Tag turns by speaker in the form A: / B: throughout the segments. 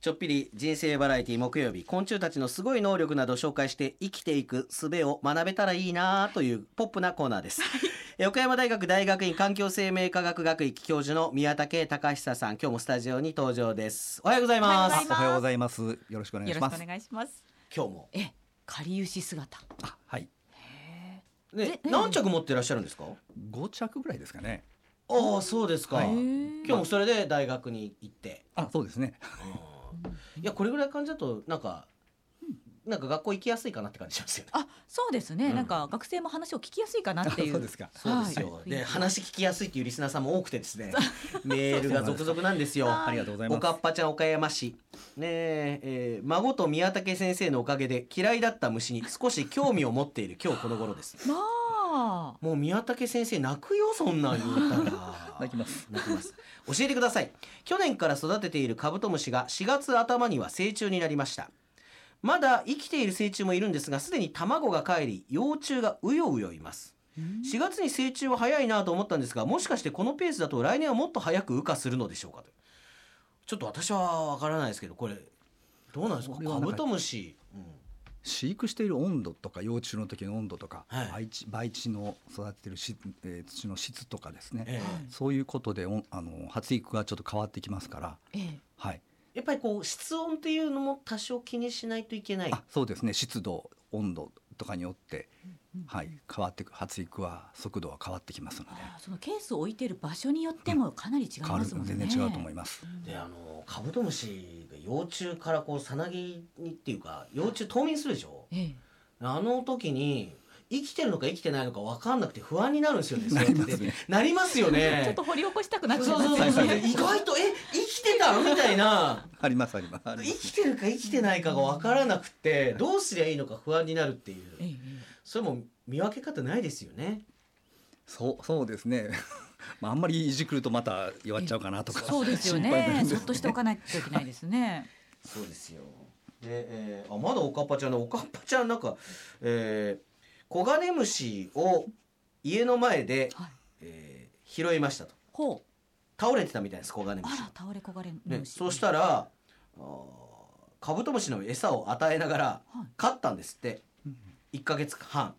A: ちょっぴり人生バラエティ木曜日昆虫たちのすごい能力など紹介して生きていく術を学べたらいいなというポップなコーナーです、え岡山大学大学院環境生命科学学位教授の宮武隆久さん今日もスタジオに登場ですおはようございま
B: おはようござい
A: す
B: ます
C: おはようございます。よろしくお願い
B: よろ
C: しま
B: しく
C: す
B: お。願いします。
A: 今日も
B: え、かりゆし姿。
C: あ、はい。
A: ね
B: え
A: 何着持ってらっしゃるんですか
C: 五着ぐらいですかね。
A: ああそうですか
C: はい
A: 今
B: 今
A: 日もそれで大学に行って
C: あ、そうですね。
A: いやこれぐらいの感じだとなんかなんか学校行きやすいかなって感じしますよね。
B: あ、そうですね、
A: うん
B: なんか学生も話を聞きやすいかなっていう。
C: そうですか。
A: そうですよ。
B: はい
A: で話聞きやすいっていうリスナーさんも多くてですね、メールが続々なん ですよ。
B: はい
C: ありがとうござい
A: お
C: ます。
A: かっぱちゃん岡山市ねええー孫と宮武先生のおかげで嫌いだった虫に少し興味を持っている今日この頃です。
B: まあ、
A: もう宮武先生泣くよそんなん言うたら。
C: 泣きます。
A: 泣きます教えてください去年から育てているカブトムシが4月頭には成虫になりましたまだ生きている成虫もいるんですがすでに卵が帰り幼虫がうようよいます4月に成虫は早いなと思ったんですがもしかしてこのペースだと来年はもっと早く羽化するのでしょうかとちょっと私はわからないですけどこれどうなんですか
C: これは
A: カ
C: なんか
A: ブトムシ、うん
C: 飼育している温度とか幼虫の時の温度とか、
A: はい
C: 培地培地の育ててるし、えー土の質とかですね。
A: ええ
C: そういうことでおあの発育がちょっと変わってきますから、
B: ええ、
C: はい。
A: やっぱりこう室温っていうのも多少気にしないといけない
C: あ、そうですね。湿度、温度とかによって、
B: うん
C: はい、変わってく発育は速度は変わってきますので、
B: あーそのケースを置いてる場所によってもかなり違い
C: 変わ
B: ま
C: る
B: すもんね。
C: 全然違うと思います。
A: であのカブトムシが幼虫からこうさなぎにっていうか幼虫冬眠するでしょ
B: ええ、
A: あの時に生きてるのか生きてないのか分かんなくて不安になるんですよねそれって
C: なりますね
A: なりますよ
B: ちょっ
A: ね
B: と掘り起こしたくな
A: そ
B: っ
A: う
B: ちゃい
A: そうそうそ
B: ますよ
A: う
B: ね。
A: 意外とえ生きてたみたいな
C: ありますあります。あ
A: 生
C: ります
A: きてるか生きてないかが分からなくてどうすりゃいいのか不安になるってい
B: ええ
A: うそれも見分け方ないですよね
C: そうそうですね。 まああんまりいじくるとまた弱っちゃうかなと
B: ええ
C: か。
B: そうですよ
C: 心配にな
B: ね
C: る。んで
B: そっとしておかないといけないですね。
A: そうですよ。で、えーあまだおかっぱちゃんのおかっぱちゃんなんか、えー、コガネムシを家の前で、
B: はい。
A: えー拾いましたと
B: ほう、
A: 倒れてたみたいですコガネム
B: あ
A: シ
B: ら、。倒れこがれる
A: ね、そうした
B: ら、
A: らあーカブトムシの餌を与えながら
B: はい
A: 飼ったんですって
C: うん
A: 1ヶ月半。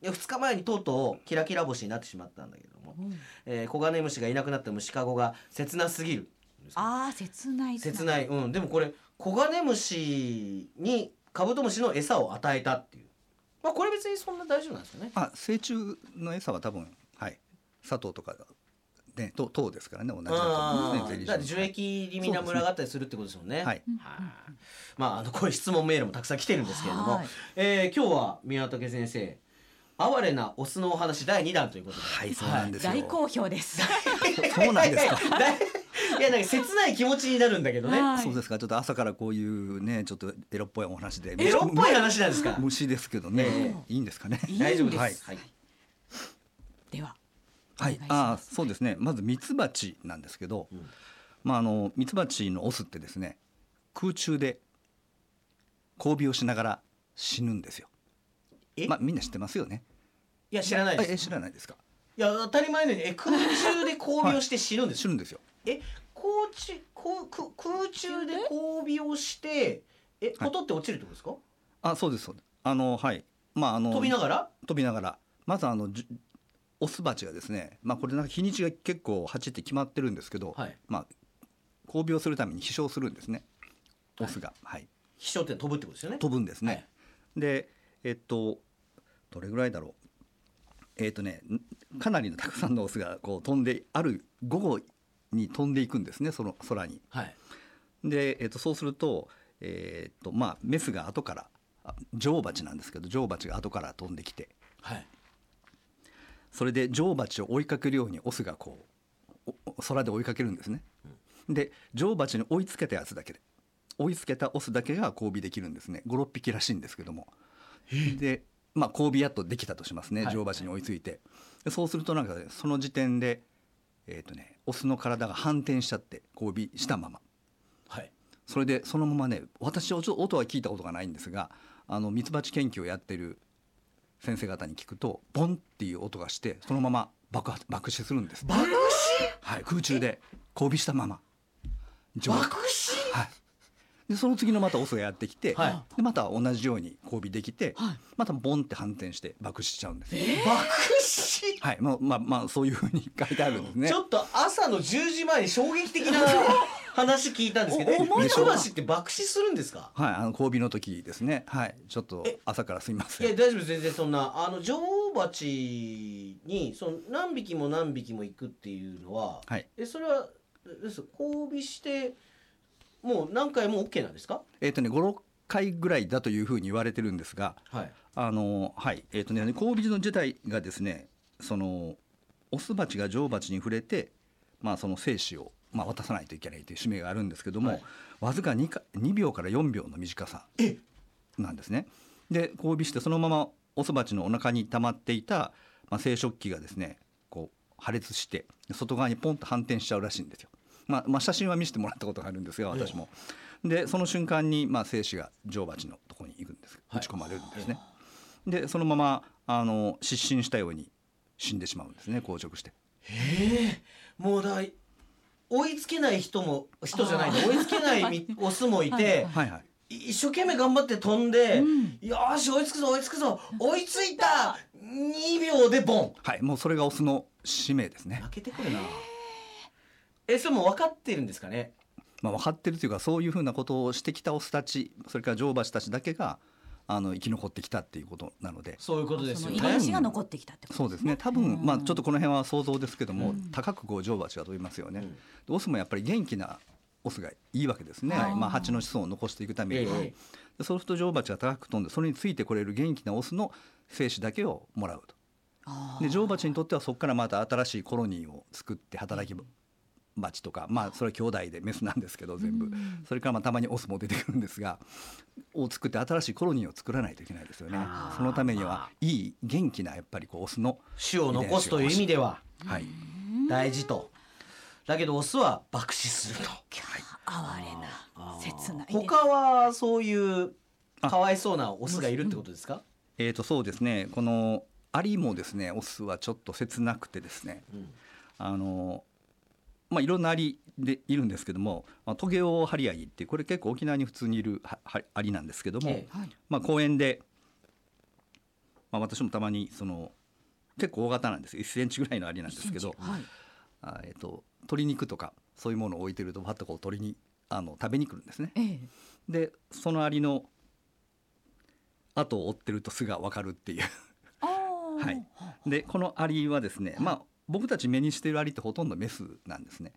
A: で2日前にとうとうキラキラ星になってしまったんだけども、
B: うん
A: えー、コガネムシがいなくなった虫かごが切なすぎる。
B: ああ、切ない。。
A: 切ないい、うん、でもこれコガネムシにカブトムシの餌を与えたっていうまあこれ別にそんな大丈夫なんですよね
C: あ成虫の餌は多分はい砂糖とかねと糖ですからね同じだと思い
A: あ
C: ま
A: あ
C: すね。ゼリー
A: だっ
C: 状
A: て
C: に
A: 樹液にみんな群がったりするってことですもんね
C: はい。
B: うん
A: はいまああのこういう質問メールもたくさん来てるんですけれども
B: はい、
A: えー今日は宮武先生哀れなオスのお話第2弾ということで
C: はいそうなんですよ。
B: 大好評です。
C: そうなん ですか。
A: だいいやなんか切ない気持ちになるんだけどね、
B: はい
C: そうですか。ちょっと朝からこういうねちょっとエロっぽいお話で。
A: エロっぽい話なんですか
C: 虫ですけどね、
B: え
C: いいんですかね。
B: いいん
A: 大丈夫です、
B: で
A: はい
B: す
A: はい
B: では、
C: は
B: お願い
C: い
B: し、
C: あ
B: ま
C: あそうですねまずミツバチなんですけど、
A: うん
C: まああのミツバチのオスってですね空中で交尾をしながら死ぬんですよ
A: え。
C: まあみんな知ってますよね。
A: いや知らないです
C: え知らないですか。
A: いや当たり前のようにえ空中で交尾をして死ぬんです
C: 死ぬんですよ。
A: え空中空空空中で交尾をしてえ
C: は
A: ポ
C: い
A: トって落ちるってことですか、
C: あそうですそうです。あのはいまああの
A: 飛びながら
C: 飛びながらまずあのじゅオスバチがですねまあこれなんか日にちが結構はっちりって決まってるんですけど、
A: はい
C: まあ交尾をするために飛翔するんですね。オスがはい、
A: 飛翔って飛ぶってことですよね
C: 飛ぶんですね。
A: はい
C: でえっとどれぐらいだろうえっとねんかなりのたくさんのオスがこう飛んである午後に飛んでいくんですねその空に。
A: はい
C: で、えっとそうすると,、えっとまあ、メスが後からあ女王蜂なんですけど女王蜂が後から飛んできて
A: はい
C: それで女王蜂を追いかけるようにオスがこうおお空で追いかけるんですね。で女王蜂に追いつけたやつだけで追いつけたオスだけが交尾できるんですね56匹らしいんですけども。でまあ交尾やっとできたとしますね
A: はい
C: 女王蜂に追いついて、でそうするとなんかねその時点でえっ、とねオスの体が反転しちゃって交尾したまま
A: はい
C: それでそのままね私はちょっと音は聞いたことがないんですがあのミツバチ研究をやってる先生方に聞くとボンっていう音がしてそのまま爆発爆死するんです、
A: 爆死
C: はい、空中で交尾したまま上
A: 爆死
C: はい、でその次のまたオスがやってきて、
A: は
C: でまた同じように交尾できて、
B: はい
C: またボンって反転して爆死しちゃうんです、
A: 爆死、
C: はいまあまあまあそういうふうに書いてあるんですね
A: ちょっと朝の10時前に衝撃的 な話聞いたんですけどえ
B: お重いな
A: ミツバチって爆死するんですか
C: はいあの交尾の時ですねはいちょっと朝からすみま
A: い
C: せ
A: や
C: ん
A: 大丈夫です全然そんなあの女王蜂にその何匹も何匹も行くっていうのは、
C: はい
A: えそれはえです交尾してもう何回も OK なんですか
C: えっ、とね56回ぐらいだというふうに言われてるんですが
A: はい
C: あのはいえっ、とね交尾の自体がですねそのオスバチが女王バチに触れてまあその精子をまあ渡さないといけないという使命があるんですけども、
A: はい
C: わずか 2, か2秒から4秒の短さなんですね。で交尾してそのままオスバチのお腹に溜まっていた、まあ、生殖器がですねこう破裂して外側にポンと反転しちゃうらしいんですよ。まあまあ、写真は見せてもらったことがあるんですが私も。でその瞬間に、まあ、精子が女王蜂のところに行くんです
A: はい
C: 打ち込まれるんですね。でそのままあの失神したように死んでしまうんですね硬直して。
A: ええもうだい追いつけない人も人じゃないんだ追いつけないみオスもいて
C: はいはい、
A: い一生懸命頑張って飛んで、
B: うん
A: よーし追いつくぞ追いつくぞ追いついた2秒でボン
C: はい、もうそれがオスの使命ですね
A: 負。けてくるなえそれもう分かってるんですかね
C: まあ、分かってるというかそういうふうなことをしてきたオスたちそれから女王蜂たちだけがあの生き残ってきたっていうことなので
A: そういうことですよ
B: その
A: ね
B: 遺伝子が残ってきたってこと
C: そうですね多分、
B: うん
C: まあ、ちょっとこの辺は想像ですけども、
B: うん
C: 高くこう女王蜂が飛びますよね、
A: うん
C: でオスもやっぱり元気なオスがいいわけですね、
B: はい
C: まあ、蜂の子孫を残していくためには、
A: ええ
C: でそうすると女王蜂が高く飛んでそれについてこれる元気なオスの精子だけをもらうと
B: あー
C: で女王蜂にとってはそこからまた新しいコロニーを作って働き蜂とかまあそれは兄弟でメスなんですけど全部、
B: うん
C: それからまあたまにオスも出てくるんですがを作って新しいコロニーを作らないといけないですよね
A: あー
C: そのためにはいい元気なやっぱりこうオスの、
A: 種を残すという意味では
C: はい、
A: 大事とだけどオスは爆死すると
B: 哀れな切ないです
A: 他はそういうかわいそうなオスがいるってことですか
C: えー、とそうですねこのアリもですねオスはちょっと切なくてですね
A: うん
C: あのまあいろんなアリでいるんですけども、まあ、トゲオオハリアリってこれ結構沖縄に普通にいるははアリなんですけども、
A: ええ
B: はい
C: まあ、公園で、まあ、私もたまにその結構大型なんです1センチぐらいのアリなんですけど
B: 一日はい
C: あえっと鶏肉とかそういうものを置いてるとパッとこう鶏にあの食べに来るんですね。
B: ええ
C: でそのアリの後を追ってると巣が分かるっていう
B: あー
C: はいでこのアリはですね、まあ、僕たち目にしてるアリってほとんどメスなんですね。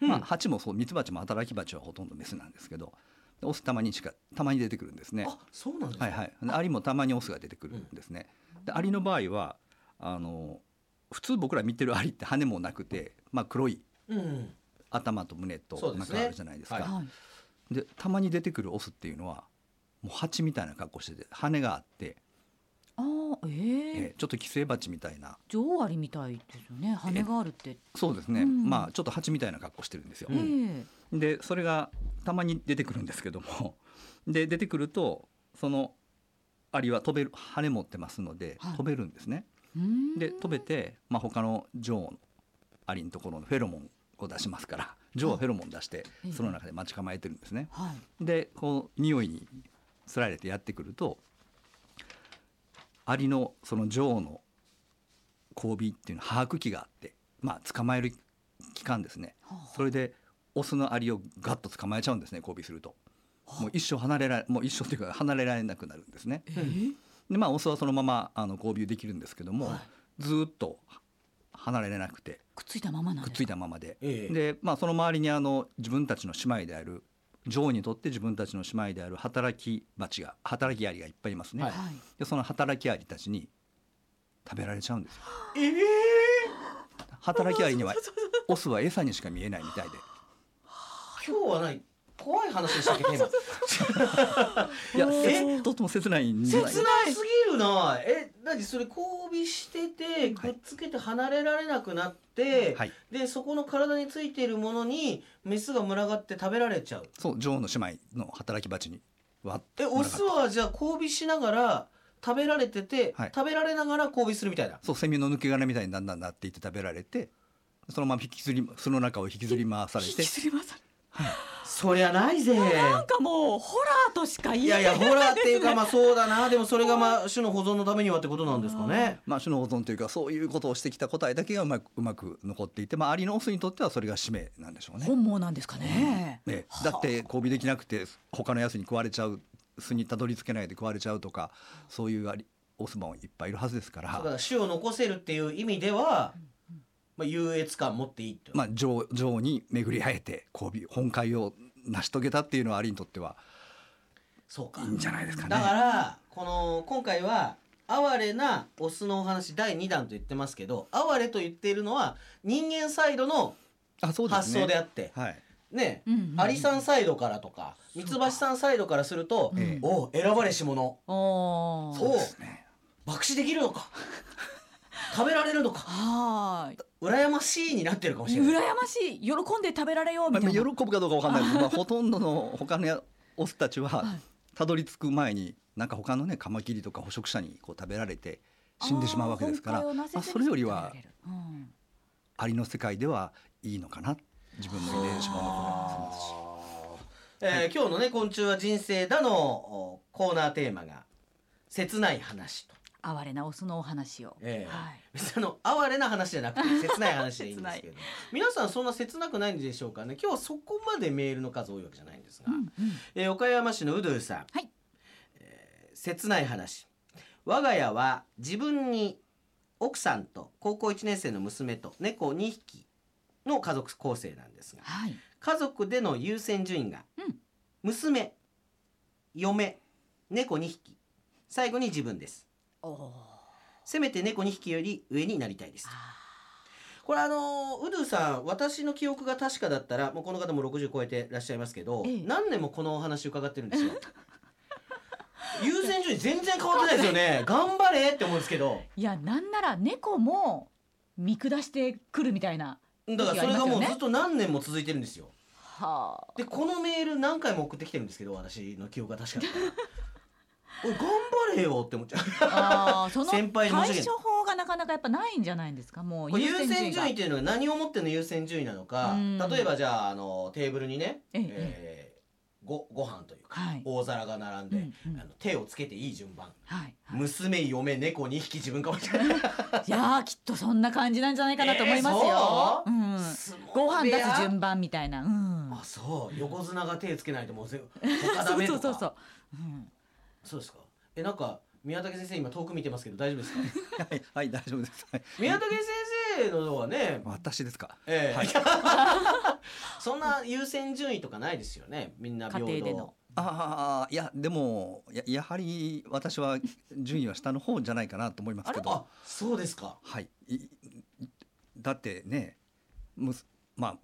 C: まあ、
A: うん
C: 蜂もそうミツバチも働き蜂はほとんどメスなんですけどでオスたまにしかたまに出てくるんですね。
A: あそうなんですか
C: はいはい、でアリもたまにオスが出てくるんですね。でアリの場合はあの普通僕ら見てるアリって羽もなくて、まあ、黒い
A: うん
C: 頭と胸と
A: そうですね
C: 中あるじゃないですかで
B: はい
C: たまに出てくるオスっていうのはもう蜂みたいな格好してて羽があって、
B: あー
C: え
B: ええ
C: ーちょっと寄生蜂みたいな
B: 女王アリみたいですよね羽があるって
C: そうですね、
B: うん
C: まあちょっと蜂みたいな格好してるんですよ。
A: うん
B: え
C: でそれがたまに出てくるんですけども で出てくるとそのアリは飛べる羽持ってますので、
B: はい
C: 飛べるんですね。
B: えうん
C: で飛べて、まあ、他の女王のアリのところのフェロモンを出しますから女王はフェロモン出して
B: うん
C: その中で待ち構えてるんですね。
B: はい
C: でこう匂いにつられてやってくるとアリのその女王の交尾っていうのは把握器があって、まあ、捕まえる期間ですね
B: はあ
C: それでオスのアリをガッと捕まえちゃうんですね交尾すると。もう一生離れられもう一生というか離れられなくなるんですね。
B: ええ
C: でまあオスはそのままあの交尾できるんですけども、
A: はい
C: ずーっと離れれなくて
B: くっついたままなん
C: く
B: で
C: っ
B: す
C: ついたままで、
A: ええ
C: で、まあ、その周りにあの自分たちの姉妹である女王にとって自分たちの姉妹である働き蜂が働きアリがいっぱいいますね、
A: はい
B: はい
C: でその働きアリたちに食べられちゃうんですよ
A: ええ
C: 働きアリにはオスは餌にしか見えないみたいで
A: 今日はない怖い話で したっけど
C: いや
A: え
C: せとても切ないんじゃない
A: 切なすぎるなえ何それ交尾しててくっつけて離れられなくなって、
C: はい、
A: でそこの体についているものにメスが群がって食べられちゃう
C: そう女王の姉妹の働き蜂にわ
A: えオスはじゃあ交尾しながら食べられてて、
C: はい
A: 食べられながら交尾するみたいな
C: そうセミの抜け殻みたいにだんだんなっていって食べられてそのまま引きずりその中を引きずり回され
B: 引
C: て
B: きずり回され
A: そりゃないぜ
B: なんかもうホラーとしか言
A: い
B: え
A: や
B: ないい
A: やホラーって いうかまあそうだなでもそれがまあ種の保存のためにはってことなんですかね
C: まあ、種の保存というかそういうことをしてきた答えだけがうまくうまく残っていて、まあ、アリのオスにとってはそれが使命なんでしょうね。
B: 本望なんですかね。
C: ええだって交尾できなくて他のやつに食われちゃう巣にたどり着けないで食われちゃうとかそういうアリオスマンはいっぱいいるはずですか、
A: だからら種を残せるっていう意味では、まあ、優越感持っていいってこと
C: まあ、女王女王に巡り会えて交尾本会を成し遂げたっていうのはアリにとっては
A: そうか
C: いいんじゃないですか
A: だか
C: ね。
A: らこの今回は哀れなオスのお話第2弾と言ってますけど哀れと言っているのは人間サイドの
C: あそうです
A: 発想で
C: ね
A: あって
C: はい
A: ね
B: うんうんうん
A: アリさんサイドからとかミツバチさんサイドからすると
B: うん
C: ええ
A: 「おう選ばれし者
B: おー
A: そう
C: ですね
A: 爆死できるの か食べられるのか
B: は
A: 羨ましい」になってるかも
B: ーい。
A: しれない。
B: 羨ましい。喜んで食べられよう
C: ま
B: みた
C: あ
B: い
C: 喜
B: な。
C: ぶかどうかわかんない ですけど、まあ、ほとんどの他のやオスたちはいたどり着く前になんか他のねカマキリとか捕食者にこう食べられて死んでしまうわけですから
B: あー
C: まあ、それよりは、
B: 本
C: アリの世界ではいいのかな自分の遺伝子も残りますし
A: えー今日のね「昆虫は人生だの」おコーナーテーマが「切ない話」と。
B: 当たられるうん、哀れなオスのお話を。
A: ええ
B: はい。
A: 別にあの哀れな話じゃなくて 切ない話でいいんですけど皆さんそんな切なくないんでしょうかね今日はそこまでメールの数多いわけじゃないんですが、
B: うんうん
A: えー岡山市のうどうさん、
B: はい
A: えー切ない話我が家は自分に奥さんと高校1年生の娘と猫2匹の家族構成なんですが
B: はい。
A: 家族での優先順位が、
B: うん
A: 娘嫁猫2匹最後に自分です
B: おお。
A: せめて猫2匹より上になりたいですこれあのーウドゥさん私の記憶が確かだったらもうこの方も60超えてらっしゃいますけど、
B: ええ
A: 何年もこのお話伺ってるんですよ 優先順位全然変わってないですよね頑張れって思うんですけど
B: いや、なんなら猫も見下してくるみたいな。
A: だからそれがもう
B: 時がありますよね
A: ずっと何年も続いてるんですよ
B: はあ。
A: でこのメール何回も送ってきてるんですけど私の記憶が確かだ ったらおい頑張れよって思っちゃう
B: ああ、その対
A: 先輩に申し訳ない
B: 処法がなかなかやっぱないんじゃないんですか。もう
A: これ優先
B: が
A: 順位っていうのが何をもっての優先順位なのか
B: うん
A: 例えばじゃああのテーブルにね、
B: ええ
A: えーごご飯というか、
B: はい
A: 大皿が並んで、
B: うんうん
A: あの手をつけていい順番、
B: はい、はい。
A: 娘嫁猫2匹自分かもしれない
B: いやー、きっとそんな感じなんじゃないかなと思いますよ。
A: えーそう
B: うん。ご飯出す順
A: 番
B: 番みたいな。うん。
A: あそう横綱が手つけないともう全部他ダ
B: そう
A: メ
B: そ
A: と
B: う
A: か
B: そうそう。うん。
A: そうですかえなんか宮武先生今遠く見てますけど大丈夫ですか
C: はい、はい、大丈夫です。はい
A: 宮武先生のはね
C: 私ですか。
A: ええ そんな優先順位とかないですよねみんな平等
B: 家庭での
C: ああ、いや、でも、や、やはり、私は順位は下の方じゃないかなと思いますけ
A: あ
C: ど。
A: そうですか
C: はい、いいだってね、むす、まあ。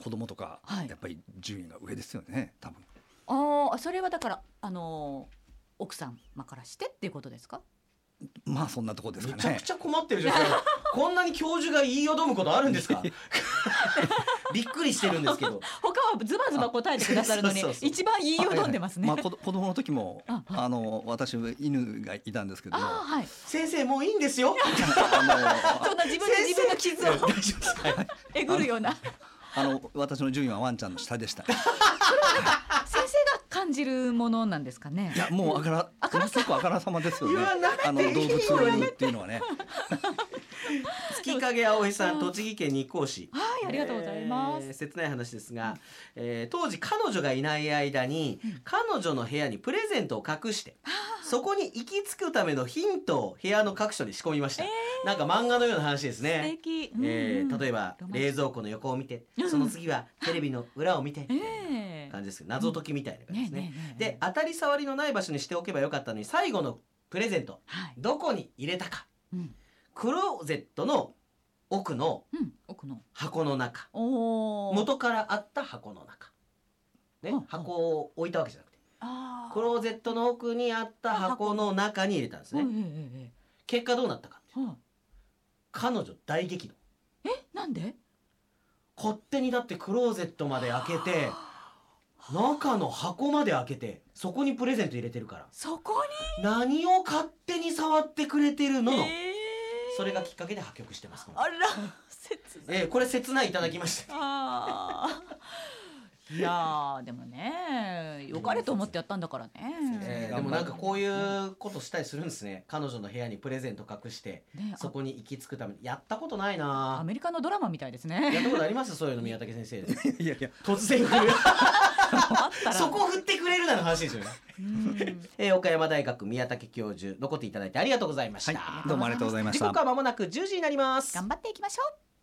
C: 子供とか、
B: はい
C: やっぱり順位が上ですよね、多分。
B: ああ、それはだから、あのー奥様からしてっていうことですか。
C: まあ、そんなとこです
A: め
C: か
A: ちゃ
C: ね
A: くち。ゃ困ってるじゃないですか こんなに教授が言いよどむことあるん ですかびっくりしてるんです けど
B: 他はズバズバ答えてくださるのに
A: そうそう、そう
B: 一番言いよどんでますね。
C: あいやまあ、子子供の時も、
B: あ
C: あの、私、犬がいたんですけど
B: あ
C: も。
B: あはい。
A: 先生もういいんですよ
C: あの
B: そんな自分で自分の傷をえぐるような先
C: あの 私の順位はワンちゃんの下でした。い
B: 生が感じるものなんですかね。
C: やもうあからあから結構あからさまですよね
A: 言わなく。て
C: あの動物っていうのはね。
A: 月影葵さん栃木県日光市
B: はいありがとうございます。
A: えー切ない話ですが、えー当時彼女がいない間に彼女の部屋にプレゼントを隠してそこに行き着くためのヒントを部屋の各所に仕込みました、なんか漫画のような話ですね
B: 素敵。
A: えー例え
B: ば。
A: ば
B: ロマンチック
A: 冷蔵庫の横を見て
B: うん
A: その次はテレビの裏を見てみたい
B: え
A: な感じですけど謎解きみたいな感じで
B: ねえ
A: すね
B: ね。えねえ。
A: で当たり障りのない場所にしておけばよかったのに最後のプレゼント
B: はい。
A: どこに入れたか
B: うん
A: クローゼットの奥の
B: うん奥の。
A: 箱の中
B: おお。
A: 元からあった箱の中、
B: うんう
A: ね
B: ん、
A: 箱を置いたわけじゃなくて
B: ああ。
A: クローゼットの奥にあった箱の中に入れたんです
B: えええ
A: ね
B: ええ
A: 結果どうなったか
B: えはい
A: 彼女大激怒
B: えなんで？
A: 勝手にだってクローゼットまで開けて中の箱まで開けてそこにプレゼント入れてるから
B: そこ
A: 何を勝手に触ってくれてる
B: に。
A: のの、
B: ええ
A: それがきっかけで破局してます
B: あら切ない。
A: えーこれ切ないいただきました
B: ああ。いやーでもね良かれと思ってやったんだからね
A: えーでもなんかこういうことしたりするんですね彼女の部屋にプレゼント隠して
B: ね
A: そこに行き着くためにやったことない
B: あア
A: な
B: メリカのドラマみたいです
A: やっ
B: ね
A: たことありますそういうの宮武先 生
C: いやいや
A: 突然来る
B: あった ら
A: そこを振ってくれるなの話ですよね、
B: うん
A: えー岡山大学宮武教授残っていただいてありがとうございました、
C: はいどうもありがとうございまし
A: 時
C: た
A: 刻はまもなく10時になります
B: 頑張っていきましょう